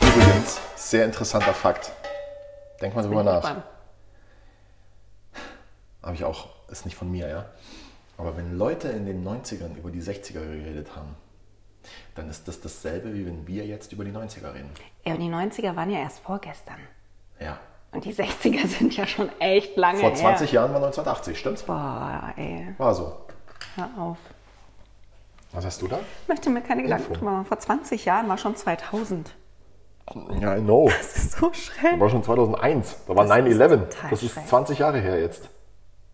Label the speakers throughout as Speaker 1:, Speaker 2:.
Speaker 1: Übrigens, sehr interessanter Fakt. Denk mal drüber nach. Habe ich auch, ist nicht von mir, ja. Aber wenn Leute in den 90ern über die 60er geredet haben, dann ist das dasselbe, wie wenn wir jetzt über die 90er reden.
Speaker 2: Ja, aber die 90er waren ja erst vorgestern.
Speaker 1: Ja.
Speaker 2: Und die 60er sind ja schon echt lange
Speaker 1: Vor
Speaker 2: her.
Speaker 1: 20 Jahren war 1980, stimmt's?
Speaker 2: Boah, ey,
Speaker 1: War so.
Speaker 2: hör auf.
Speaker 1: Was hast du da?
Speaker 2: Ich möchte mir keine Gedanken
Speaker 1: Info.
Speaker 2: drüber machen. Vor 20 Jahren war schon 2000.
Speaker 1: Ja, I know.
Speaker 2: Das ist so schräg.
Speaker 1: War schon 2001. Da war
Speaker 2: Das ist
Speaker 1: 9-11.
Speaker 2: total
Speaker 1: Das ist
Speaker 2: schräg.
Speaker 1: 20 Jahre her jetzt.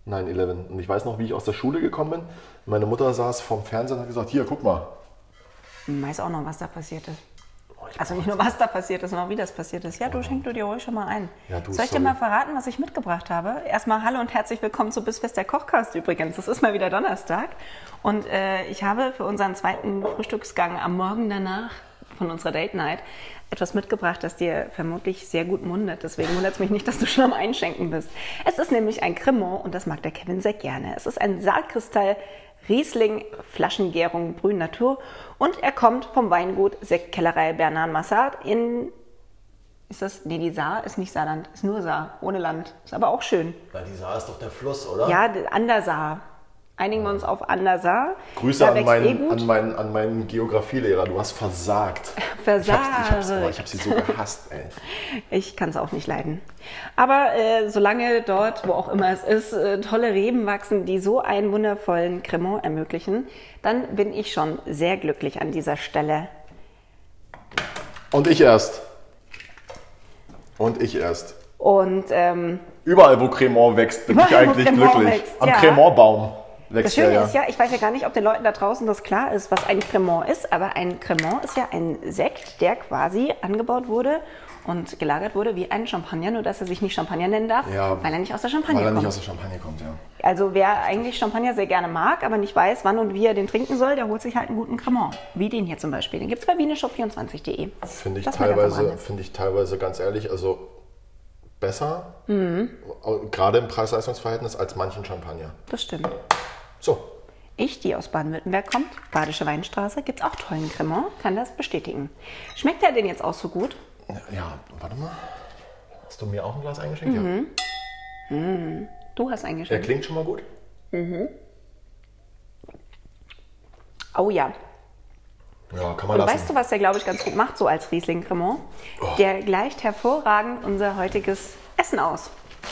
Speaker 1: 9-11. Und ich weiß noch, wie ich aus der Schule gekommen bin. Meine Mutter saß vorm Fernseher und hat gesagt: Hier, guck mal.
Speaker 2: Ich weiß auch noch, was da passiert ist.
Speaker 1: Oh, ich
Speaker 2: Also
Speaker 1: brauch
Speaker 2: nicht nur,
Speaker 1: jetzt-
Speaker 2: was da passiert ist, sondern auch wie das passiert ist. Ja, du schenk du dir ruhig schon mal ein.
Speaker 1: Ja, du,
Speaker 2: Soll ich
Speaker 1: sorry.
Speaker 2: dir mal verraten, was ich mitgebracht habe? Erstmal hallo und herzlich willkommen zu Bissfest der Kochcast übrigens. Es ist mal wieder Donnerstag. Und äh, ich habe für unseren zweiten Frühstücksgang am Morgen danach von unserer Date Night etwas mitgebracht, das dir vermutlich sehr gut mundet. Deswegen wundert es mich nicht, dass du schon am Einschenken bist. Es ist nämlich ein Cremant und das mag der Kevin sehr gerne. Es ist ein Saalkristall Riesling Flaschengärung Brühen Natur und er kommt vom Weingut Sektkellerei Bernard Massard in ist das? Nee, die Saar ist nicht Saarland, ist nur Saar, ohne Land. Ist aber auch schön.
Speaker 1: Na, die Saar ist doch der Fluss, oder?
Speaker 2: Ja, d- an der Saar. Einigen wir uns auf an der Saar.
Speaker 1: Grüße
Speaker 2: Da
Speaker 1: an
Speaker 2: wächst eh
Speaker 1: meinen,
Speaker 2: gut.
Speaker 1: an, meinen, an meinen Geografielehrer. Du hast versagt.
Speaker 2: Versagt.
Speaker 1: Ich hab's, ich hab's, oh, ich hab sie so gehasst, ey.
Speaker 2: Ich kann es auch nicht leiden. Aber äh, solange dort, wo auch immer es ist, äh, tolle Reben wachsen, die so einen wundervollen Cremant ermöglichen, dann bin ich schon sehr glücklich an dieser Stelle.
Speaker 1: Und ich erst. Und ich erst.
Speaker 2: Und ähm,
Speaker 1: Überall, wo Cremant wächst, bin ich
Speaker 2: Überall, wo
Speaker 1: eigentlich
Speaker 2: Cremant
Speaker 1: glücklich.
Speaker 2: wächst,
Speaker 1: Am
Speaker 2: ja.
Speaker 1: Cremantbaum wächst
Speaker 2: Das Schöne
Speaker 1: der, ja.
Speaker 2: ist ja, ich weiß ja gar nicht, ob den Leuten da draußen das klar ist, was ein Cremant ist, aber ein Cremant ist ja ein Sekt, der quasi angebaut wurde und gelagert wurde wie ein Champagner, nur dass er sich nicht Champagner nennen darf,
Speaker 1: Ja.
Speaker 2: weil er nicht aus der
Speaker 1: Weil
Speaker 2: Champagner
Speaker 1: er
Speaker 2: kommt.
Speaker 1: nicht aus der Champagne kommt, ja.
Speaker 2: also wer eigentlich Champagner sehr gerne mag, aber nicht weiß, wann und wie er den trinken soll, der holt sich halt einen guten Cremant. Wie den hier zum Beispiel. Den gibt es bei wieneshop24.de.
Speaker 1: Finde ich,
Speaker 2: Das mal ganz am
Speaker 1: teilweise,
Speaker 2: Rande.
Speaker 1: finde ich teilweise ganz ehrlich, also besser,
Speaker 2: Mhm.
Speaker 1: gerade im Preis-Leistungs-Verhältnis, als manchen Champagner.
Speaker 2: Das stimmt.
Speaker 1: So,
Speaker 2: Ich, die aus Baden-Württemberg kommt, Badische Weinstraße, gibt es auch tollen Cremant, kann das bestätigen. Schmeckt er denn jetzt auch so gut?
Speaker 1: ja, warte mal. Hast du mir auch ein Glas eingeschenkt?
Speaker 2: Mhm.
Speaker 1: Ja.
Speaker 2: Du hast eingeschenkt.
Speaker 1: Der klingt schon mal gut. Äh.
Speaker 2: Oh ja.
Speaker 1: Ja, kann man
Speaker 2: Und
Speaker 1: lassen. Oh.
Speaker 2: weißt du, was der, glaube ich, ganz gut macht, so als Riesling Cremant? Der gleicht hervorragend unser heutiges Essen aus.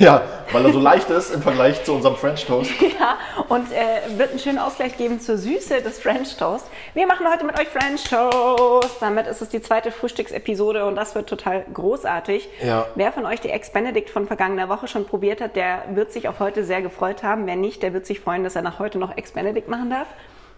Speaker 1: Ja, weil er so leicht ist im Vergleich zu unserem French Toast.
Speaker 2: Ja, und äh, wird einen schönen Ausgleich geben zur Süße des French Toast. Wir machen heute mit euch French Toast. Damit ist es die zweite Frühstücksepisode und das wird total großartig.
Speaker 1: Ja.
Speaker 2: Wer von euch die Ex-Benedict von vergangener Woche schon probiert hat, der wird sich auf heute sehr gefreut haben. Wer nicht, der wird sich freuen, dass er nach heute noch Ex-Benedict machen darf.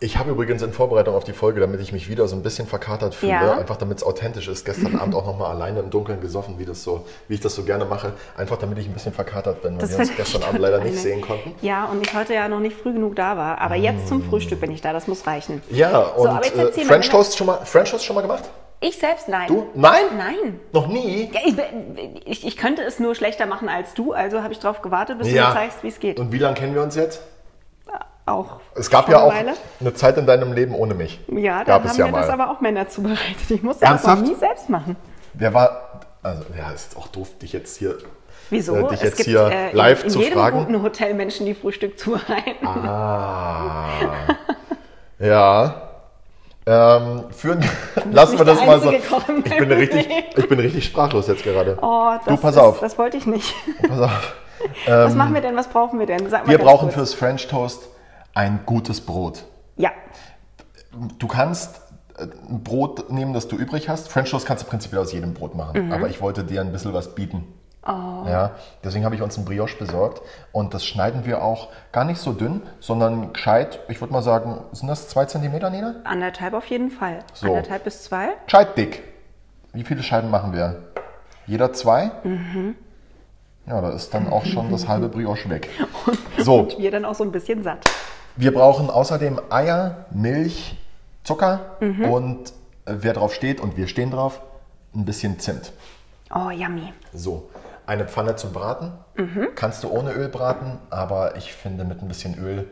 Speaker 1: Ich habe übrigens in Vorbereitung auf die Folge, damit ich mich wieder so ein bisschen verkatert fühle,
Speaker 2: Ja.
Speaker 1: einfach damit es authentisch ist, gestern Abend auch nochmal alleine im Dunkeln gesoffen, wie, das so, wie ich das so gerne mache. Einfach damit ich ein bisschen verkatert bin, weil wir uns
Speaker 2: fand ich
Speaker 1: gestern Abend
Speaker 2: total
Speaker 1: leider nicht
Speaker 2: nett.
Speaker 1: sehen konnten. Mm.
Speaker 2: Ja, und ich heute ja noch nicht früh genug da war. Aber jetzt zum Frühstück bin ich da, das muss reichen.
Speaker 1: Ja, und
Speaker 2: aber jetzt
Speaker 1: äh,
Speaker 2: erzähl mal,
Speaker 1: French,
Speaker 2: wenn wir-
Speaker 1: Toast schon mal, French Toast schon mal gemacht?
Speaker 2: Ich selbst nein.
Speaker 1: Du? Nein?
Speaker 2: Nein.
Speaker 1: Noch nie?
Speaker 2: Ja, ich, ich, ich könnte es nur schlechter machen als du, also habe ich darauf gewartet, bis du mir zeigst, wie es geht.
Speaker 1: Und wie lange kennen wir uns jetzt?
Speaker 2: auch
Speaker 1: Es gab
Speaker 2: schon
Speaker 1: ja
Speaker 2: eine
Speaker 1: auch
Speaker 2: Weile.
Speaker 1: eine Zeit in deinem Leben ohne mich.
Speaker 2: Ja, da
Speaker 1: gab
Speaker 2: haben
Speaker 1: es ja
Speaker 2: mir
Speaker 1: mal.
Speaker 2: das aber auch Männer zubereitet. Ich musste das noch
Speaker 1: Ernsthaft?
Speaker 2: nie selbst machen.
Speaker 1: Der war, also ja, ist auch doof, dich jetzt hier,
Speaker 2: Wieso?
Speaker 1: äh, dich
Speaker 2: Es
Speaker 1: jetzt
Speaker 2: gibt,
Speaker 1: hier
Speaker 2: äh, in-
Speaker 1: live
Speaker 2: in
Speaker 1: zu
Speaker 2: jedem
Speaker 1: fragen.
Speaker 2: guten Hotel Menschen, die Frühstück zubereiten.
Speaker 1: Ah. ja. Ähm, führen, lassen wir
Speaker 2: nicht
Speaker 1: das
Speaker 2: der
Speaker 1: mal so.
Speaker 2: einzige Koch in
Speaker 1: Ich bin,
Speaker 2: meinem
Speaker 1: richtig,
Speaker 2: Leben.
Speaker 1: ich bin richtig sprachlos jetzt gerade.
Speaker 2: Oh, das
Speaker 1: du, pass
Speaker 2: ist,
Speaker 1: auf.
Speaker 2: Das wollte ich nicht.
Speaker 1: Pass auf.
Speaker 2: was machen wir denn? Was brauchen wir denn? Sag mal
Speaker 1: Wir
Speaker 2: ganz
Speaker 1: brauchen
Speaker 2: kurz.
Speaker 1: fürs French Toast ein gutes Brot.
Speaker 2: Ja,
Speaker 1: Du kannst äh, ein Brot nehmen, das du übrig hast. French Toast kannst du prinzipiell aus jedem Brot machen. Aber ich wollte dir ein bisschen was bieten. Ja, deswegen habe ich uns ein Brioche besorgt und das schneiden wir auch gar nicht so dünn, sondern gescheit, ich würde mal sagen, sind das zwei Zentimeter, Nina?
Speaker 2: anderthalb auf jeden Fall.
Speaker 1: So.
Speaker 2: Anderthalb bis zwei.
Speaker 1: gescheit dick. Wie viele Scheiben machen wir? Jeder zwei? Ja, da ist dann auch schon das halbe Brioche weg. So,
Speaker 2: Wir dann auch so ein bisschen satt.
Speaker 1: wir brauchen außerdem Eier, Milch, Zucker
Speaker 2: Mhm.
Speaker 1: und äh, wer drauf steht und wir stehen drauf, ein bisschen Zimt.
Speaker 2: Oh, yummy.
Speaker 1: So, eine Pfanne zum Braten.
Speaker 2: Mhm.
Speaker 1: Kannst du ohne Öl braten, aber ich finde, mit ein bisschen Öl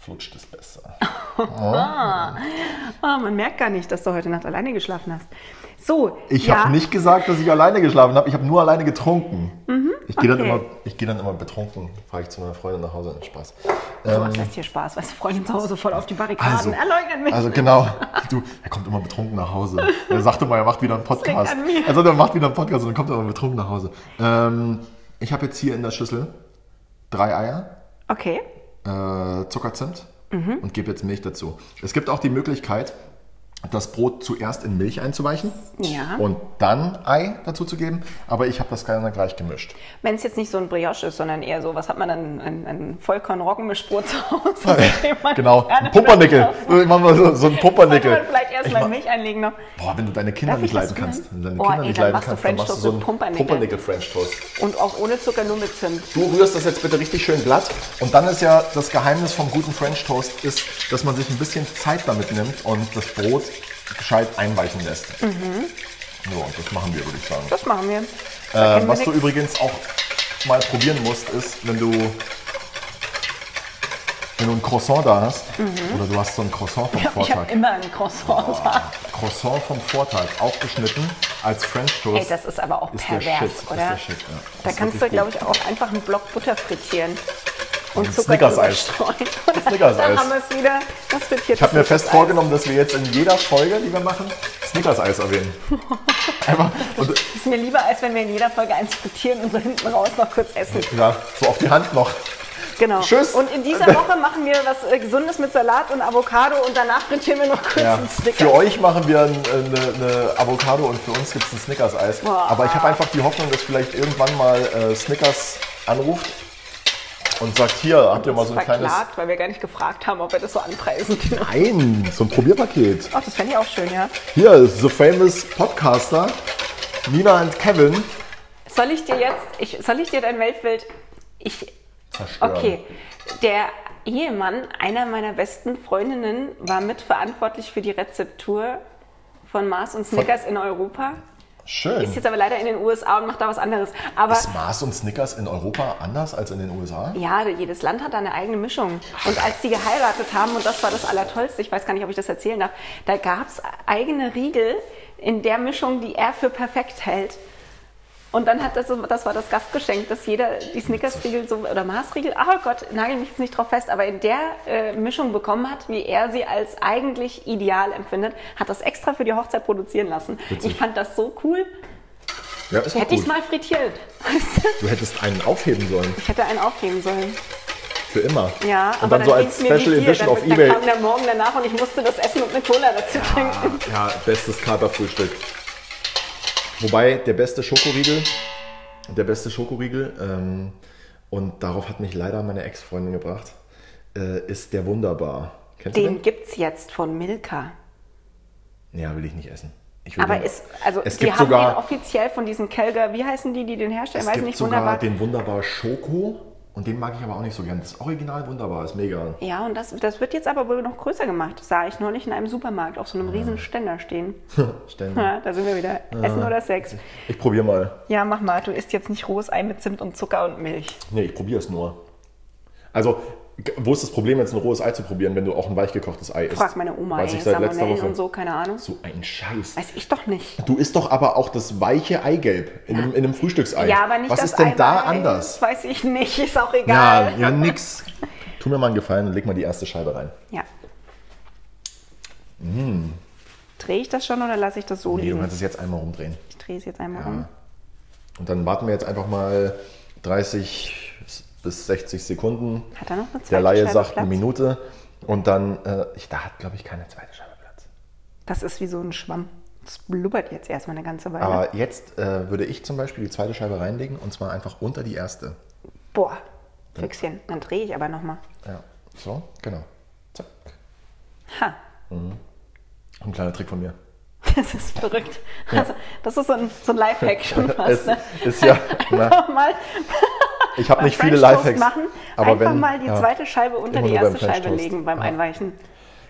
Speaker 1: flutscht es besser.
Speaker 2: Ah, man merkt gar nicht, dass du heute Nacht alleine geschlafen hast. So,
Speaker 1: Ich
Speaker 2: ja,
Speaker 1: habe nicht gesagt, dass ich alleine geschlafen habe. Ich habe nur alleine getrunken. ich gehe dann,
Speaker 2: Mhm. okay.
Speaker 1: immer- ich geh dann immer betrunken, fahre ich zu meiner Freundin nach Hause. Spaß. Ähm,
Speaker 2: Boah, das lässt hier Spaß, weißt du, Freundin zu Hause voll auf die Barrikaden. er leugnet mich.
Speaker 1: also genau. Du, er kommt immer betrunken nach Hause. Er sagte mal, er macht wieder einen Podcast.
Speaker 2: an mir.
Speaker 1: Er sagt, er macht wieder einen Podcast und dann kommt er immer betrunken nach Hause. Ähm, ich habe jetzt hier in der Schüssel drei Eier.
Speaker 2: okay.
Speaker 1: äh, Zuckerzimt
Speaker 2: Mhm.
Speaker 1: und gebe jetzt Milch dazu. Es gibt auch die Möglichkeit, das Brot zuerst in Milch einzuweichen
Speaker 2: Ja.
Speaker 1: und dann Ei dazu zu geben, aber ich habe das gerne gleich gemischt.
Speaker 2: Wenn es jetzt nicht so ein Brioche ist, sondern eher so, was hat man dann? Ein, ein Vollkorn-Roggenmischbrot zu Hause? mit dem man
Speaker 1: genau,
Speaker 2: gerne
Speaker 1: ein Pumpernickel.
Speaker 2: was macht.
Speaker 1: So, Machen wir so, so ein
Speaker 2: Sollte
Speaker 1: Pumpernickel.
Speaker 2: man vielleicht
Speaker 1: Ich
Speaker 2: erstmal
Speaker 1: mach-
Speaker 2: Milch einlegen noch.
Speaker 1: Boah, wenn du deine Kinder
Speaker 2: Darf
Speaker 1: nicht
Speaker 2: ich das
Speaker 1: leiden kannst, wenn du deine
Speaker 2: nehmen?
Speaker 1: Kinder
Speaker 2: Oh, ey,
Speaker 1: nicht
Speaker 2: dann
Speaker 1: leiden
Speaker 2: machst du
Speaker 1: kannst, dann
Speaker 2: French
Speaker 1: machst du
Speaker 2: Toast
Speaker 1: so
Speaker 2: mit
Speaker 1: einen
Speaker 2: Pumpernickel.
Speaker 1: Pumpernickel-French Toast.
Speaker 2: Und auch ohne Zucker, nur mit Zimt.
Speaker 1: Du rührst das jetzt bitte richtig schön glatt. Und dann ist ja das Geheimnis vom guten French Toast ist, dass man sich ein bisschen Zeit damit nimmt und das Brot gescheit einweichen lässt. So, und das machen wir, würde ich sagen.
Speaker 2: Mhm. Das machen wir. Da
Speaker 1: Äh,
Speaker 2: kennen wir
Speaker 1: was du
Speaker 2: nix.
Speaker 1: übrigens auch mal probieren musst, ist, wenn du, wenn du ein Croissant da hast, oder du hast so ein Croissant vom
Speaker 2: Mhm. Ich
Speaker 1: Vortag.
Speaker 2: habe immer ein Croissant da.
Speaker 1: Croissant vom Vortag, aufgeschnitten als French Toast.
Speaker 2: Ey, das ist aber auch
Speaker 1: Ist der
Speaker 2: pervers,
Speaker 1: Shit, ist
Speaker 2: oder?
Speaker 1: der Shit, ja.
Speaker 2: Da
Speaker 1: Ist
Speaker 2: kannst du,
Speaker 1: wirklich
Speaker 2: glaube ich, auch einfach einen Block Butter frittieren. Und
Speaker 1: ein
Speaker 2: Zucker
Speaker 1: Snickers-Eis.
Speaker 2: drüber streuen. Und dann-
Speaker 1: Snickers-Eis.
Speaker 2: Dann haben wir es wieder. Das frittiert.
Speaker 1: Ich habe mir fest vorgenommen, dass wir jetzt in jeder Folge, die wir machen, Snickers-Eis erwähnen. Einfach und,
Speaker 2: Ist mir lieber, als wenn wir in jeder Folge eins frittieren und so hinten raus noch kurz essen.
Speaker 1: ja, so auf die Hand noch.
Speaker 2: Genau.
Speaker 1: Tschüss.
Speaker 2: Und in dieser Woche machen wir was äh, Gesundes mit Salat und Avocado und danach frittieren wir noch kurz
Speaker 1: Ja.
Speaker 2: einen
Speaker 1: Für
Speaker 2: Snickers.
Speaker 1: euch machen wir ein- äh, eine, eine Avocado und für uns gibt es ein Snickers-Eis.
Speaker 2: Boah.
Speaker 1: Aber ich habe einfach die Hoffnung, dass vielleicht irgendwann mal äh, Snickers anruft und sagt, hier, habt ihr mal so ein kleines...
Speaker 2: Verklagt, weil wir gar nicht gefragt haben, ob wir das so anpreisen Genau. können.
Speaker 1: Nein, so ein Probierpaket.
Speaker 2: Ach, das fände ich auch schön, ja.
Speaker 1: Hier, ist The Famous Podcaster, Nina und Kevin.
Speaker 2: Soll ich dir jetzt, ich, soll ich dir dein Weltbild, ich,
Speaker 1: Zerstören.
Speaker 2: okay, der Ehemann einer meiner besten Freundinnen war mitverantwortlich für die Rezeptur von Mars und Snickers in Europa.
Speaker 1: Schön.
Speaker 2: Ist jetzt aber leider in den USA und macht da was anderes. Aber
Speaker 1: Ist Mars und Snickers in Europa anders als in den USA?
Speaker 2: ja, jedes Land hat da eine eigene Mischung. Und als die geheiratet haben, und das war das Allertollste, ich weiß gar nicht, ob ich das erzählen darf, da gab es eigene Riegel in der Mischung, die er für perfekt hält. Und dann hat das, das war das Gastgeschenk, dass jeder die Snickers-Riegel so, oder Mars-Riegel, oh Gott, nagel mich jetzt nicht drauf fest, aber in der äh, Mischung bekommen hat, wie er sie als eigentlich ideal empfindet, hat das extra für die Hochzeit produzieren lassen. Ich fand das so cool.
Speaker 1: Ja, ist
Speaker 2: Hätte ich mal frittiert.
Speaker 1: Du hättest einen aufheben sollen,
Speaker 2: ich hätte einen aufheben sollen.
Speaker 1: für immer.
Speaker 2: Ja,
Speaker 1: und dann so als
Speaker 2: ging's mir wie
Speaker 1: Special
Speaker 2: dir.
Speaker 1: Edition
Speaker 2: dann,
Speaker 1: auf
Speaker 2: dann
Speaker 1: Ebay.
Speaker 2: kam der Morgen danach und ich musste das Essen und eine Cola dazu trinken.
Speaker 1: Ja, bestes Katerfrühstück. Wobei der beste Schokoriegel, der beste Schokoriegel, ähm, und darauf hat mich leider meine Ex-Freundin gebracht, äh, ist der Wunderbar. Kennst du
Speaker 2: Den gibt's jetzt von Milka.
Speaker 1: den? Ja, will ich nicht essen. Ich will
Speaker 2: Aber
Speaker 1: den-
Speaker 2: ist, also
Speaker 1: es
Speaker 2: die
Speaker 1: gibt
Speaker 2: haben
Speaker 1: sogar,
Speaker 2: den offiziell von diesen Kelger, wie heißen die, die den herstellen?
Speaker 1: es
Speaker 2: Weiß
Speaker 1: gibt
Speaker 2: nicht,
Speaker 1: sogar
Speaker 2: wunderbar.
Speaker 1: den Wunderbar Schoko und den mag ich aber auch nicht so gern. Das Original Wunderbar ist mega.
Speaker 2: Ja, und das, das wird jetzt aber wohl noch größer gemacht. Das sah ich neulich in einem Supermarkt auf so
Speaker 1: Ah.
Speaker 2: einem riesen Ständer stehen.
Speaker 1: Stellen.
Speaker 2: Ja, da sind wir wieder.
Speaker 1: Ah.
Speaker 2: Essen oder Sex?
Speaker 1: Ich probiere mal.
Speaker 2: Ja, mach mal. Du isst jetzt nicht rohes Ei mit Zimt und Zucker und Milch.
Speaker 1: Nee, ich probiere es nur. Also, g- wo ist das Problem, jetzt ein rohes Ei zu probieren, wenn du auch ein weichgekochtes Ei isst?
Speaker 2: Frag meine Oma,
Speaker 1: Weiß
Speaker 2: ey,
Speaker 1: ich seit letzter
Speaker 2: Salmonellen
Speaker 1: Woche.
Speaker 2: und so, keine Ahnung.
Speaker 1: So ein Scheiß.
Speaker 2: Weiß ich doch nicht.
Speaker 1: Du isst doch aber auch das weiche Eigelb in einem, in einem Frühstücksei.
Speaker 2: Ja, aber nicht
Speaker 1: Was
Speaker 2: das
Speaker 1: ist denn da
Speaker 2: Eiweiß,
Speaker 1: anders?
Speaker 2: Weiß ich nicht, ist auch
Speaker 1: Ja,
Speaker 2: egal.
Speaker 1: ja, nix. Tu mir mal einen Gefallen und leg mal die erste Scheibe rein.
Speaker 2: Ja. Drehe ich das schon oder lasse ich das so
Speaker 1: Hm. Nee, du
Speaker 2: liegen?
Speaker 1: kannst es jetzt einmal rumdrehen.
Speaker 2: Ich drehe es jetzt einmal um.
Speaker 1: Und dann warten wir jetzt einfach mal 30 bis 60 Sekunden.
Speaker 2: Hat er noch eine zweite
Speaker 1: Der Laie
Speaker 2: Scheibe
Speaker 1: sagt
Speaker 2: Platz?
Speaker 1: eine Minute. Und dann, äh, ich, da hat, glaube ich, keine zweite Scheibe Platz.
Speaker 2: Das ist wie so ein Schwamm. Das blubbert jetzt erstmal eine ganze Weile.
Speaker 1: Aber jetzt äh, würde ich zum Beispiel die zweite Scheibe reinlegen und zwar einfach unter die erste.
Speaker 2: Boah, Füchschen. Dann drehe ich aber nochmal.
Speaker 1: Ja, so, genau. Zack.
Speaker 2: Ha.
Speaker 1: Ein kleiner Trick von mir.
Speaker 2: Das ist verrückt. Also, das ist so ein, so ein Lifehack schon
Speaker 1: Es
Speaker 2: fast. Ne?
Speaker 1: ist ja-
Speaker 2: Einfach mal.
Speaker 1: Ich habe
Speaker 2: beim
Speaker 1: nicht viele
Speaker 2: French Toast
Speaker 1: Lifehacks.
Speaker 2: Machen,
Speaker 1: aber
Speaker 2: einfach
Speaker 1: wenn,
Speaker 2: mal die
Speaker 1: ja.
Speaker 2: zweite Scheibe unter
Speaker 1: Immer
Speaker 2: die
Speaker 1: nur
Speaker 2: erste
Speaker 1: beim French
Speaker 2: Scheibe
Speaker 1: Toast.
Speaker 2: legen beim
Speaker 1: Ja.
Speaker 2: Einweichen.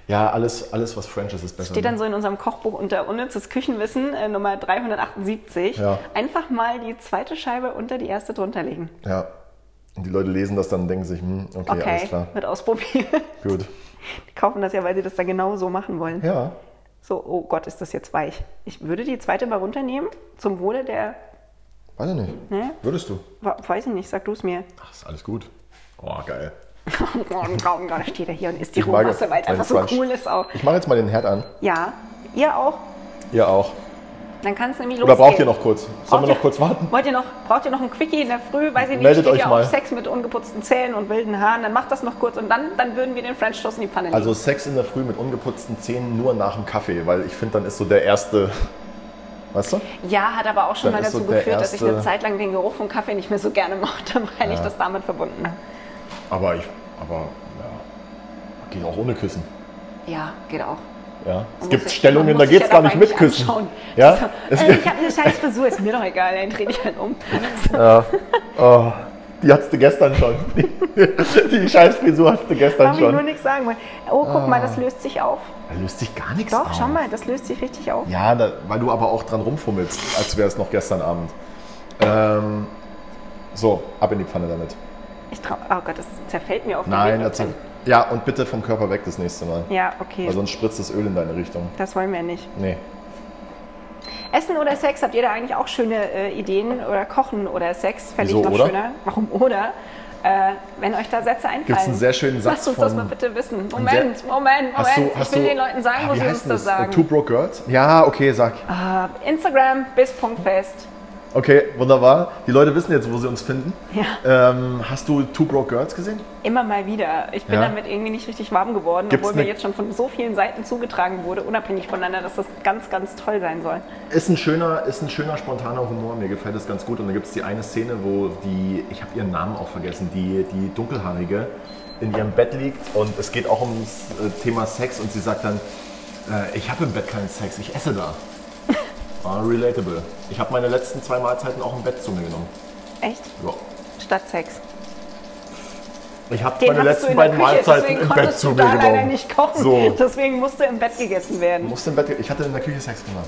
Speaker 1: Ja, alles, alles, was French ist, ist besser. ne?
Speaker 2: Steht dann so in unserem Kochbuch unter unnützes Küchenwissen äh, Nummer 378.
Speaker 1: Ja.
Speaker 2: Einfach mal die zweite Scheibe unter die erste drunter legen.
Speaker 1: ja. Und die Leute lesen das dann und denken sich, hm, okay, alles
Speaker 2: Okay,
Speaker 1: klar.
Speaker 2: wird ausprobiert.
Speaker 1: Gut.
Speaker 2: Die kaufen das ja, weil sie das dann genau so machen wollen.
Speaker 1: Ja.
Speaker 2: So, oh Gott, ist das jetzt weich. Ich würde die zweite mal runternehmen, zum Wohle der,
Speaker 1: Weiß ich nicht.
Speaker 2: Nee.
Speaker 1: Würdest du?
Speaker 2: wa- weiß ich nicht, sag du es mir.
Speaker 1: Ach, ist alles gut. Oh, geil.
Speaker 2: da steht er hier und isst die
Speaker 1: Ich mag
Speaker 2: Rohmasse, weil es
Speaker 1: meinen
Speaker 2: einfach so
Speaker 1: Crunch.
Speaker 2: cool ist auch.
Speaker 1: Ich mache jetzt mal den Herd an.
Speaker 2: Ja, ihr auch.
Speaker 1: Ihr auch.
Speaker 2: Dann kann es nämlich
Speaker 1: Oder
Speaker 2: losgehen.
Speaker 1: braucht ihr noch kurz? Sollen
Speaker 2: Braucht
Speaker 1: wir
Speaker 2: ihr-
Speaker 1: noch kurz warten?
Speaker 2: Wollt ihr noch, braucht ihr noch ein Quickie in der Früh? Weiß ich nicht,
Speaker 1: Meldet
Speaker 2: steht
Speaker 1: euch
Speaker 2: ja
Speaker 1: mal.
Speaker 2: auf Sex mit ungeputzten Zähnen und wilden Haaren. Dann macht das noch kurz und dann, dann würden wir den French Toast in die Pfanne legen.
Speaker 1: Also Sex in der Früh mit ungeputzten Zähnen nur nach dem Kaffee, weil ich finde, dann ist so der erste. Weißt du?
Speaker 2: ja, hat aber auch schon
Speaker 1: dann
Speaker 2: mal
Speaker 1: ist
Speaker 2: dazu
Speaker 1: so der
Speaker 2: geführt, dass ich
Speaker 1: erste-
Speaker 2: eine Zeit lang den Geruch von Kaffee nicht mehr so gerne mochte, weil ich das damit verbunden habe.
Speaker 1: Aber ich. Aber ja. Geht auch ohne Küssen.
Speaker 2: Ja, geht auch.
Speaker 1: Ja. Es
Speaker 2: Man
Speaker 1: gibt
Speaker 2: muss sich-
Speaker 1: Stellungen,
Speaker 2: man
Speaker 1: da
Speaker 2: muss sich
Speaker 1: geht es
Speaker 2: ja
Speaker 1: gar nicht
Speaker 2: dabei
Speaker 1: mit Küssen.
Speaker 2: anschauen.
Speaker 1: Ja?
Speaker 2: Also, äh, ich habe eine scheiß Frisur, ist mir doch egal, dann dreh ich halt um.
Speaker 1: Oh, die hattest du gestern schon. die Scheißfrisur hattest du gestern
Speaker 2: Darf ich nur
Speaker 1: schon.
Speaker 2: nichts sagen. weil- Oh, guck mal, das löst sich auf.
Speaker 1: Da löst sich gar nichts
Speaker 2: Doch,
Speaker 1: auf.
Speaker 2: schau mal, das löst sich richtig auf.
Speaker 1: Ja, da, weil du aber auch dran rumfummelst, als wäre es noch gestern Abend. Ähm, so, ab in die Pfanne damit.
Speaker 2: Ich trau oh Gott, das zerfällt mir auf den
Speaker 1: Nein,
Speaker 2: Weg.
Speaker 1: dazu. Ja, und bitte vom Körper weg das nächste Mal.
Speaker 2: Ja, okay.
Speaker 1: Weil sonst spritzt das Öl in deine Richtung.
Speaker 2: das wollen wir nicht.
Speaker 1: Nee.
Speaker 2: Essen oder Sex, habt ihr da eigentlich auch schöne äh, Ideen? Oder Kochen oder Sex, fände ich
Speaker 1: Wieso
Speaker 2: noch
Speaker 1: oder?
Speaker 2: schöner. Warum oder? Äh, wenn euch da Sätze einfallen.
Speaker 1: Gibt's einen sehr schönen Satz
Speaker 2: Lasst uns das
Speaker 1: von-
Speaker 2: mal bitte wissen. Moment, Moment,
Speaker 1: sehr-
Speaker 2: Moment.
Speaker 1: Hast du-
Speaker 2: ich
Speaker 1: hast
Speaker 2: will
Speaker 1: du-
Speaker 2: den Leuten sagen,
Speaker 1: Ah,
Speaker 2: wo
Speaker 1: wie
Speaker 2: sie uns
Speaker 1: heißt denn
Speaker 2: das sagen.
Speaker 1: Two Broke Girls? Ja, okay, sag.
Speaker 2: Ah, Instagram bis Punktfest.
Speaker 1: Okay, wunderbar. Die Leute wissen jetzt, wo sie uns finden.
Speaker 2: Ja.
Speaker 1: Ähm, hast du Two Broke Girls gesehen?
Speaker 2: Immer mal wieder. Ich bin
Speaker 1: Äh. Ja.
Speaker 2: damit irgendwie nicht richtig warm geworden,
Speaker 1: Gibt's
Speaker 2: obwohl mir
Speaker 1: ne-
Speaker 2: jetzt schon von so vielen Seiten zugetragen wurde, unabhängig voneinander, dass das ganz, ganz toll sein soll.
Speaker 1: Ist ein schöner, ist ein schöner spontaner Humor. Mir gefällt es ganz gut. Und da gibt es die eine Szene, wo die, ich habe ihren Namen auch vergessen, die, die dunkelhaarige in ihrem Bett liegt und es geht auch ums äh, Thema Sex und sie sagt dann, äh, ich habe im Bett keinen Sex, ich esse da. Ah, relatable. Ich habe meine letzten zwei Mahlzeiten auch im Bett zu mir genommen.
Speaker 2: Echt?
Speaker 1: Ja.
Speaker 2: Statt Sex.
Speaker 1: Ich habe
Speaker 2: Den
Speaker 1: meine
Speaker 2: hattest du in
Speaker 1: letzten
Speaker 2: der
Speaker 1: beiden
Speaker 2: Küche,
Speaker 1: Mahlzeiten
Speaker 2: deswegen
Speaker 1: im Bett
Speaker 2: konntest
Speaker 1: zu
Speaker 2: du
Speaker 1: mir
Speaker 2: da
Speaker 1: genommen.
Speaker 2: leider nicht kochen.
Speaker 1: So.
Speaker 2: Deswegen musste im Bett gegessen werden.
Speaker 1: Musste im Bett, ich hatte in der Küche Sex gemacht.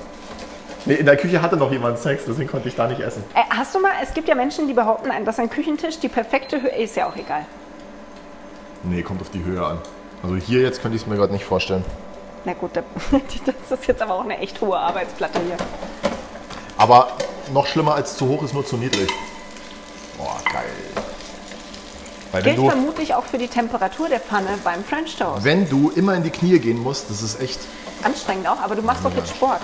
Speaker 1: Nee, in der Küche hatte noch jemand Sex, deswegen konnte ich da nicht essen.
Speaker 2: Äh, hast du mal, es gibt ja Menschen, die behaupten, dass ein Küchentisch die perfekte Höhe ist ja auch egal.
Speaker 1: Nee, kommt auf die Höhe an. Also hier jetzt könnte ich es mir gerade nicht vorstellen.
Speaker 2: Na gut, da- das ist jetzt aber auch eine echt hohe Arbeitsplatte hier.
Speaker 1: Aber noch schlimmer als zu hoch ist nur zu niedrig. Boah, geil. Weil wenn
Speaker 2: Gilt
Speaker 1: du,
Speaker 2: vermutlich auch für die Temperatur der Pfanne beim French Toast.
Speaker 1: wenn du immer in die Knie gehen musst, das ist echt.
Speaker 2: Anstrengend auch, aber du machst doch jetzt Sport.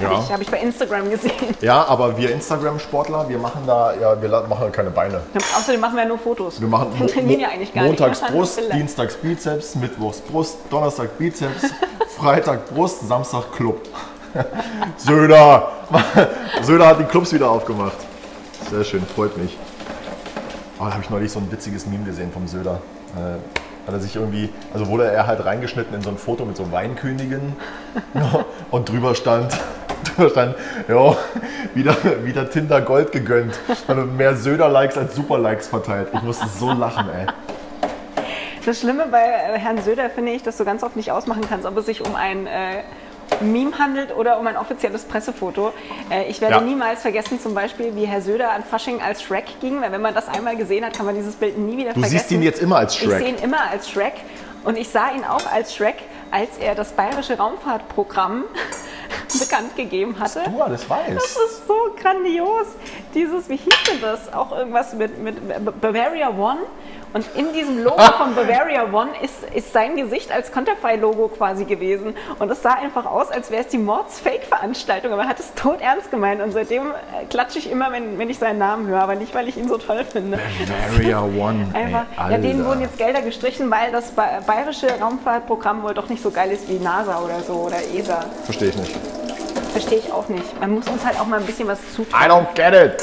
Speaker 2: Ich, habe ich bei Instagram gesehen.
Speaker 1: ja aber wir Instagram-Sportler, wir machen da, ja, wir la- machen keine Beine.
Speaker 2: Außerdem machen wir ja nur Fotos.
Speaker 1: Wir machen
Speaker 2: Wir
Speaker 1: Mo-
Speaker 2: trainieren ja
Speaker 1: Mo-
Speaker 2: eigentlich gar
Speaker 1: montags
Speaker 2: nicht. Wir machen
Speaker 1: Brust,
Speaker 2: nur Bilder.
Speaker 1: dienstags Bizeps, mittwochs Brust, Donnerstag Bizeps, Freitag Brust, Samstag Club. Söder! Söder hat die Clubs wieder aufgemacht. Sehr schön, freut mich. Oh, da habe ich neulich so ein witziges Meme gesehen vom Söder. Äh, hat er sich irgendwie, also wurde er halt reingeschnitten in so ein Foto mit so Weinkönigin ja, und drüber stand, drüber stand, ja, wieder, wieder Tinder Gold gegönnt. Also mehr Söder-Likes als Super-Likes verteilt. Ich musste so lachen, ey.
Speaker 2: Das Schlimme bei äh, Herrn Söder finde ich, dass du ganz oft nicht ausmachen kannst, ob es sich um ein äh, Meme handelt oder um ein offizielles Pressefoto. Äh, ich werde
Speaker 1: Ja.
Speaker 2: niemals vergessen, zum Beispiel, wie Herr Söder an Fasching als Shrek ging, weil wenn man das einmal gesehen hat, kann man dieses Bild nie wieder
Speaker 1: Du
Speaker 2: vergessen.
Speaker 1: siehst ihn jetzt immer als
Speaker 2: Ich
Speaker 1: Shrek.
Speaker 2: sehe ihn immer als Shrek und ich sah ihn auch als Shrek, als er das bayerische Raumfahrtprogramm bekannt gegeben hatte.
Speaker 1: Du ah, alles
Speaker 2: Das
Speaker 1: weißt.
Speaker 2: ist so grandios. Dieses, wie hieß denn das? Auch irgendwas mit, mit Ba- Bavaria One. Und in diesem Logo
Speaker 1: Ah.
Speaker 2: von Bavaria One ist, ist sein Gesicht als Konterfei-Logo quasi gewesen. Und es sah einfach aus, als wäre es die Mords-Fake-Veranstaltung. Aber er hat es tot ernst gemeint. Und seitdem äh, klatsche ich immer, wenn, wenn ich seinen Namen höre. Aber nicht, weil ich ihn so toll finde.
Speaker 1: Area One.
Speaker 2: Einfach,
Speaker 1: ey,
Speaker 2: ja, denen
Speaker 1: Alter.
Speaker 2: wurden jetzt Gelder gestrichen, weil das ba- bayerische Raumfahrtprogramm wohl doch nicht so geil ist wie NASA oder so oder ESA.
Speaker 1: Verstehe ich nicht.
Speaker 2: Verstehe ich auch nicht. Man muss uns halt auch mal ein bisschen was zutrauen.
Speaker 1: I don't get it.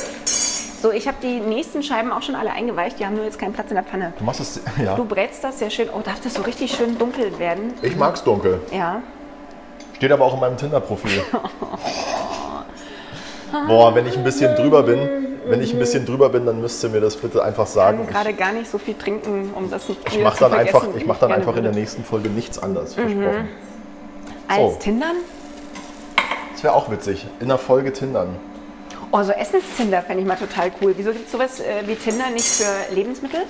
Speaker 2: So, ich habe die nächsten Scheiben auch schon alle eingeweicht. Die haben nur jetzt keinen Platz in der Pfanne.
Speaker 1: Du machst es, ja.
Speaker 2: Du brätst das sehr schön. Oh, darf das so richtig schön dunkel werden?
Speaker 1: Ich mag's dunkel.
Speaker 2: Ja.
Speaker 1: Steht aber auch in meinem Tinder-Profil. Boah, wenn ich ein bisschen drüber bin, wenn ich ein bisschen drüber bin, dann müsst ihr mir das bitte einfach sagen. Ich-
Speaker 2: Gerade gar nicht so viel trinken, um das nicht
Speaker 1: Ich
Speaker 2: wieder
Speaker 1: mache
Speaker 2: zu
Speaker 1: dann einfach,
Speaker 2: vergessen, wie
Speaker 1: ich mach dann
Speaker 2: gerne Mhm.
Speaker 1: einfach in der
Speaker 2: würde.
Speaker 1: nächsten Folge nichts anderes, versprochen.
Speaker 2: Als
Speaker 1: So.
Speaker 2: Tindern?
Speaker 1: Das wäre auch witzig. In der Folge Tindern.
Speaker 2: Oh, so Essens-Tinder fände ich mal total cool. Wieso gibt es sowas äh, wie Tinder nicht für Lebensmittel?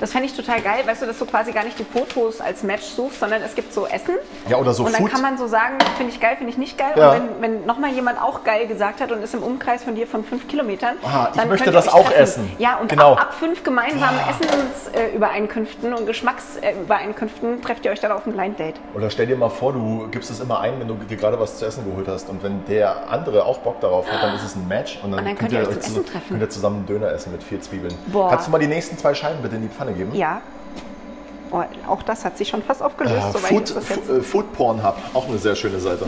Speaker 2: Das fände ich total geil, weißt du, dass du quasi gar nicht die Fotos als Match suchst, sondern es gibt so Essen.
Speaker 1: Ja, oder so
Speaker 2: Und dann
Speaker 1: Food.
Speaker 2: kann man so sagen, finde ich geil, finde ich nicht geil.
Speaker 1: Ja.
Speaker 2: Und wenn, wenn nochmal jemand auch geil gesagt hat und ist im Umkreis von dir von fünf Kilometern,
Speaker 1: Ah, ich
Speaker 2: dann
Speaker 1: möchte
Speaker 2: könnt ihr
Speaker 1: das
Speaker 2: euch
Speaker 1: auch
Speaker 2: treffen.
Speaker 1: essen.
Speaker 2: Ja, und
Speaker 1: Genau. Ah.
Speaker 2: ab, ab fünf gemeinsamen Essensübereinkünften und Geschmacksübereinkünften trefft ihr euch dann auf ein Blind Date.
Speaker 1: Oder stell dir mal vor, du gibst es immer ein, wenn du dir gerade was zu essen geholt hast. Und wenn der andere auch Bock darauf hat, dann ist es ein Match. Und dann,
Speaker 2: dann könnt ihr euch zum
Speaker 1: zusammen-
Speaker 2: Essen treffen.
Speaker 1: könnt ihr zusammen einen Döner essen mit vier Zwiebeln.
Speaker 2: Boah.
Speaker 1: Kannst du mal die nächsten zwei Scheiben bitte in die Pfanne geben?
Speaker 2: Ja. Oh, auch das hat sich schon fast
Speaker 1: Äh,
Speaker 2: aufgelöst. soweit
Speaker 1: Food,
Speaker 2: ist das jetzt.
Speaker 1: Fu- äh, Food Porn Hub, auch eine sehr schöne Seite.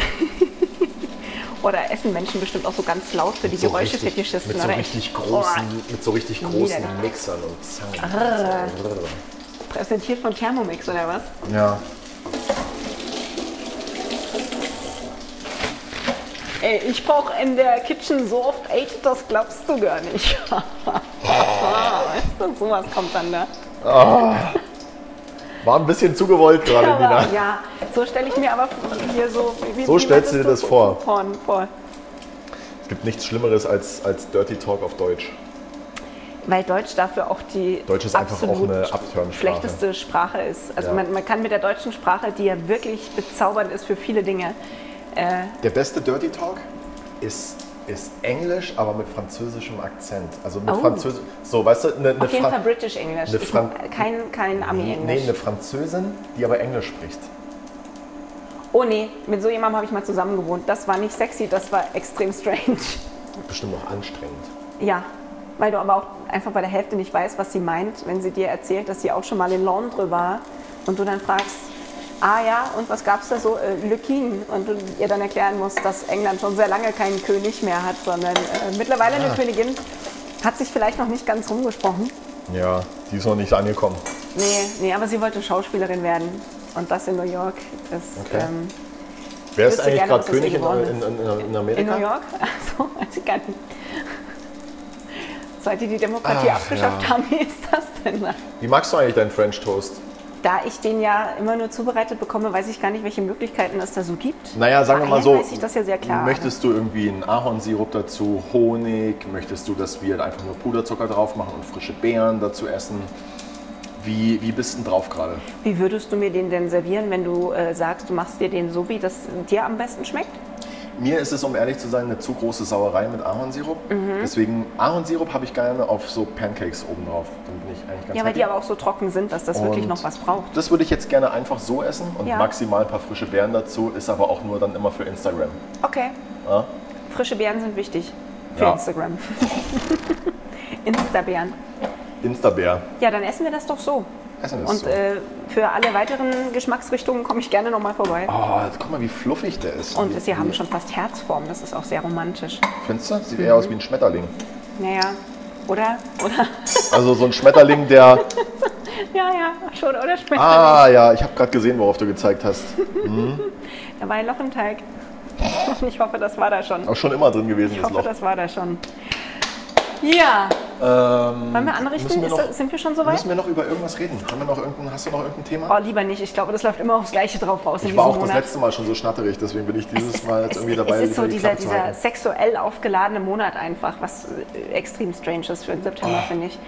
Speaker 2: Oder essen Menschen bestimmt auch so ganz laut für die
Speaker 1: So
Speaker 2: Geräusche
Speaker 1: richtig-
Speaker 2: Fetischisten.
Speaker 1: mit so
Speaker 2: oder
Speaker 1: richtig
Speaker 2: echt?
Speaker 1: großen, mit so richtig großen Mixern und Zangen.
Speaker 2: Oh, präsentiert von Thermomix oder was?
Speaker 1: Ja.
Speaker 2: Ey, ich brauche in der Kitchen so oft Aid, das glaubst du gar nicht. Ah, weißt du, sowas kommt dann ne? da.
Speaker 1: War ein bisschen zugewollt gerade, Nina.
Speaker 2: Aber, ja, so stelle ich mir aber hier so. Wie,
Speaker 1: So
Speaker 2: wie
Speaker 1: stellst du dir
Speaker 2: meintest
Speaker 1: das vor?
Speaker 2: Porn vor.
Speaker 1: Es gibt nichts Schlimmeres als, als Dirty Talk auf Deutsch.
Speaker 2: Weil Deutsch dafür auch die
Speaker 1: Deutsch ist einfach auch
Speaker 2: absolut
Speaker 1: eine Abturnsprache.
Speaker 2: schlechteste Sprache ist. Also
Speaker 1: Ja.
Speaker 2: man, man kann mit der deutschen Sprache, die ja wirklich bezaubernd ist für viele Dinge,
Speaker 1: Der beste Dirty Talk ist, ist Englisch, aber mit französischem Akzent. Also mit
Speaker 2: Oh.
Speaker 1: Französisch. So, weißt du, eine, eine
Speaker 2: auf jeden
Speaker 1: Fra-
Speaker 2: Fall British English.
Speaker 1: eine
Speaker 2: Ich-
Speaker 1: Fran-
Speaker 2: kein kein
Speaker 1: Nee,
Speaker 2: Ami-Englisch.
Speaker 1: eine Französin, die aber Englisch spricht.
Speaker 2: oh nee, mit so jemandem habe ich mal zusammen gewohnt. Das war nicht sexy, das war extrem strange.
Speaker 1: Bestimmt auch anstrengend.
Speaker 2: Ja, weil du aber auch einfach bei der Hälfte nicht weißt, was sie meint, wenn sie dir erzählt, dass sie auch schon mal in Londres war und du dann fragst, ah ja, und was gab's da so? Äh, Le King. Und du ihr dann erklären musst, dass England schon sehr lange keinen König mehr hat, sondern äh, mittlerweile
Speaker 1: Ah.
Speaker 2: eine Königin. Hat sich vielleicht noch nicht ganz rumgesprochen.
Speaker 1: Ja, die ist noch nicht angekommen.
Speaker 2: Nee, nee, aber sie wollte Schauspielerin werden. Und das in New York ist
Speaker 1: Okay.
Speaker 2: ähm,
Speaker 1: Wer ist
Speaker 2: Wüsste
Speaker 1: eigentlich
Speaker 2: gerne,
Speaker 1: gerade
Speaker 2: was aus ihr
Speaker 1: König in,
Speaker 2: geworden
Speaker 1: in, in, in Amerika?
Speaker 2: in New York. Also, weiß ich gar nicht. Seit die die Demokratie
Speaker 1: Ach,
Speaker 2: abgeschafft
Speaker 1: ja.
Speaker 2: haben, wie ist das denn da?
Speaker 1: Wie magst du eigentlich deinen French Toast?
Speaker 2: Da ich den ja immer nur zubereitet bekomme, weiß ich gar nicht, welche Möglichkeiten es da so gibt.
Speaker 1: Naja, sagen wir
Speaker 2: Bei
Speaker 1: mal
Speaker 2: Eiern
Speaker 1: so.
Speaker 2: Weiß ich das ja sehr klar.
Speaker 1: Möchtest du irgendwie einen Ahornsirup dazu, Honig? Möchtest du, dass wir halt einfach nur Puderzucker drauf machen und frische Beeren dazu essen? Wie, wie bist du denn drauf gerade?
Speaker 2: Wie würdest du mir den denn servieren, wenn du äh, sagst, du machst dir den so, wie das dir am besten schmeckt?
Speaker 1: Mir ist es, um ehrlich zu sein, eine zu große Sauerei mit Ahornsirup.
Speaker 2: Mhm.
Speaker 1: Deswegen, Ahornsirup habe ich gerne auf so Pancakes obendrauf. Dann bin ich eigentlich ganz
Speaker 2: Ja, weil
Speaker 1: happy.
Speaker 2: die aber auch so trocken sind, dass das wirklich
Speaker 1: Und
Speaker 2: noch was braucht.
Speaker 1: Das würde ich jetzt gerne einfach so essen und
Speaker 2: Ja.
Speaker 1: maximal ein paar frische Beeren dazu, ist aber auch nur dann immer für Instagram.
Speaker 2: Okay.
Speaker 1: Ja?
Speaker 2: Frische Beeren sind wichtig für
Speaker 1: Ah. Ja.
Speaker 2: Instagram. Insta-Beeren.
Speaker 1: Instabär.
Speaker 2: Ja, dann essen wir das doch so.
Speaker 1: Essen wir
Speaker 2: Und
Speaker 1: es so.
Speaker 2: äh, für alle weiteren Geschmacksrichtungen komme ich gerne nochmal vorbei.
Speaker 1: Oh, guck mal, wie fluffig der ist.
Speaker 2: Und
Speaker 1: Wie-
Speaker 2: sie haben
Speaker 1: wie-
Speaker 2: schon fast Herzform, das ist auch sehr romantisch.
Speaker 1: Findest du? Sieht eher aus wie ein Schmetterling.
Speaker 2: Naja, oder? Oder?
Speaker 1: Also so ein Schmetterling, der.
Speaker 2: Ja, ja, schon, oder? Später.
Speaker 1: Ah ja, ich habe gerade gesehen, worauf du gezeigt hast.
Speaker 2: Da war ein Loch im Teig. Ich hoffe, das war da schon.
Speaker 1: Auch schon immer drin gewesen,
Speaker 2: Ich
Speaker 1: das
Speaker 2: hoffe,
Speaker 1: Loch.
Speaker 2: das war da schon. Ja,
Speaker 1: Ähm,
Speaker 2: wollen wir anrichten?
Speaker 1: müssen wir
Speaker 2: Ist
Speaker 1: noch-
Speaker 2: das, sind wir schon soweit?
Speaker 1: müssen wir noch über irgendwas reden? Haben wir noch irgendein, hast du noch irgendein
Speaker 2: Oh,
Speaker 1: Thema?
Speaker 2: lieber nicht. Ich glaube, das läuft immer aufs Gleiche drauf raus in
Speaker 1: Ich war auch
Speaker 2: diesem
Speaker 1: das
Speaker 2: Monat.
Speaker 1: letzte Mal schon so schnatterig, deswegen bin ich dieses Mal jetzt
Speaker 2: es,
Speaker 1: irgendwie dabei.
Speaker 2: es ist so
Speaker 1: die
Speaker 2: dieser,
Speaker 1: Klappe zu
Speaker 2: dieser
Speaker 1: halten.
Speaker 2: sexuell aufgeladene Monat einfach, was äh, extrem strange ist für den
Speaker 1: Ah.
Speaker 2: September, finde ich.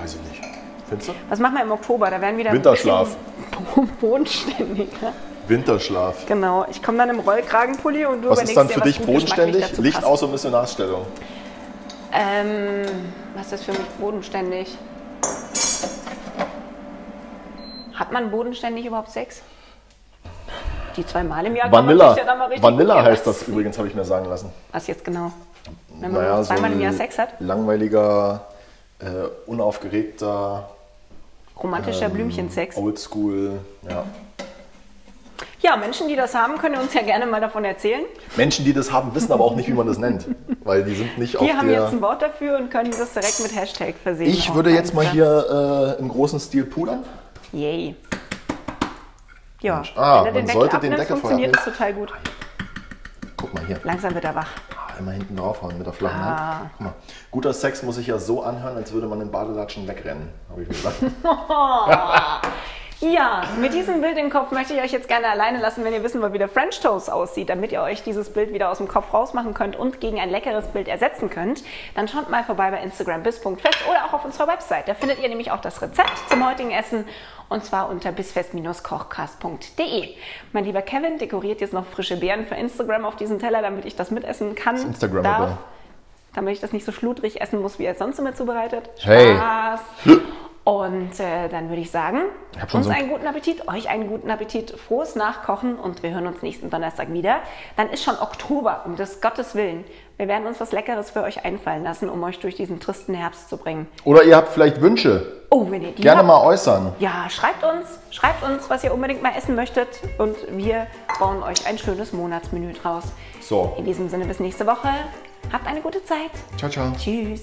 Speaker 1: Weiß ich nicht. Findest du?
Speaker 2: Was machen wir im Oktober? Da werden wieder
Speaker 1: Winterschlaf.
Speaker 2: ein bisschen bodenständiger.
Speaker 1: Winterschlaf.
Speaker 2: Genau. Ich komme dann im Rollkragenpulli und du
Speaker 1: Was
Speaker 2: überlegst
Speaker 1: ist dann
Speaker 2: dir,
Speaker 1: für
Speaker 2: was
Speaker 1: dich
Speaker 2: gut geschmacklich
Speaker 1: bodenständig?
Speaker 2: dazu
Speaker 1: Licht
Speaker 2: passt.
Speaker 1: aus und Missionarstellung.
Speaker 2: Ähm, was ist für mich bodenständig? Hat man bodenständig überhaupt Sex? Die zwei Mal im Jahr kann man
Speaker 1: Vanilla.
Speaker 2: sich ja dann mal richtig
Speaker 1: Vanilla
Speaker 2: gehen
Speaker 1: heißt das
Speaker 2: lassen.
Speaker 1: übrigens, habe ich mir sagen lassen.
Speaker 2: Was jetzt genau? Wenn man
Speaker 1: Naja,
Speaker 2: nur
Speaker 1: so
Speaker 2: zweimal im Jahr
Speaker 1: ein
Speaker 2: Sex hat?
Speaker 1: Langweiliger, äh, unaufgeregter, Ähm,
Speaker 2: Romantischer Blümchensex.
Speaker 1: oh. oldschool. Ja.
Speaker 2: Ja, Menschen, die das haben, können uns ja gerne mal davon erzählen.
Speaker 1: Menschen, die das haben, wissen aber auch nicht, wie man das nennt. Weil die sind nicht auf
Speaker 2: Wir haben
Speaker 1: der.
Speaker 2: jetzt ein Wort dafür und können das direkt mit Hashtag versehen.
Speaker 1: ich
Speaker 2: auf
Speaker 1: würde jetzt mal
Speaker 2: Insta.
Speaker 1: hier äh, im großen Stil pudern.
Speaker 2: Yay. Ja,
Speaker 1: Mensch. Ah,
Speaker 2: wenn er den
Speaker 1: man
Speaker 2: Deckel
Speaker 1: sollte den
Speaker 2: abnimmt,
Speaker 1: Deckel vorher
Speaker 2: funktioniert das total gut.
Speaker 1: Guck mal hier.
Speaker 2: Langsam wird er wach.
Speaker 1: Ah, Immer hinten draufhauen mit der flachen
Speaker 2: Ah.
Speaker 1: Hand. Guck mal. Guter Sex muss sich ja so anhören, als würde man im Badelatschen wegrennen, habe ich mir gesagt.
Speaker 2: Ja, mit diesem Bild im Kopf möchte ich euch jetzt gerne alleine lassen, wenn ihr wissen wollt, wie der French Toast aussieht, damit ihr euch dieses Bild wieder aus dem Kopf rausmachen könnt und gegen ein leckeres Bild ersetzen könnt. Dann schaut mal vorbei bei Instagram bis.fest oder auch auf unserer Website. Da findet ihr nämlich auch das Rezept zum heutigen Essen und zwar unter bisfest-kochcast.de. Mein lieber Kevin dekoriert jetzt noch frische Beeren für Instagram auf diesen Teller, damit ich das mitessen kann.
Speaker 1: Instagrammable.
Speaker 2: darf damit ich das nicht so schludrig essen muss, wie er es sonst immer zubereitet.
Speaker 1: Hey.
Speaker 2: Spaß. Und äh, dann würde ich sagen,
Speaker 1: Ich hab schon
Speaker 2: uns
Speaker 1: so-
Speaker 2: einen guten Appetit, euch einen guten Appetit, frohes Nachkochen und wir hören uns nächsten Donnerstag wieder. Dann ist schon Oktober, um des Gottes Willen. Wir werden uns was Leckeres für euch einfallen lassen, um euch durch diesen tristen Herbst zu bringen.
Speaker 1: Oder ihr habt vielleicht Wünsche.
Speaker 2: Oh, wenn ihr die
Speaker 1: Gerne
Speaker 2: habt,
Speaker 1: mal äußern.
Speaker 2: Ja, schreibt uns, schreibt uns, was ihr unbedingt mal essen möchtet und wir bauen euch ein schönes Monatsmenü draus.
Speaker 1: So.
Speaker 2: In diesem Sinne bis nächste Woche. Habt eine gute Zeit.
Speaker 1: Ciao, ciao.
Speaker 2: Tschüss.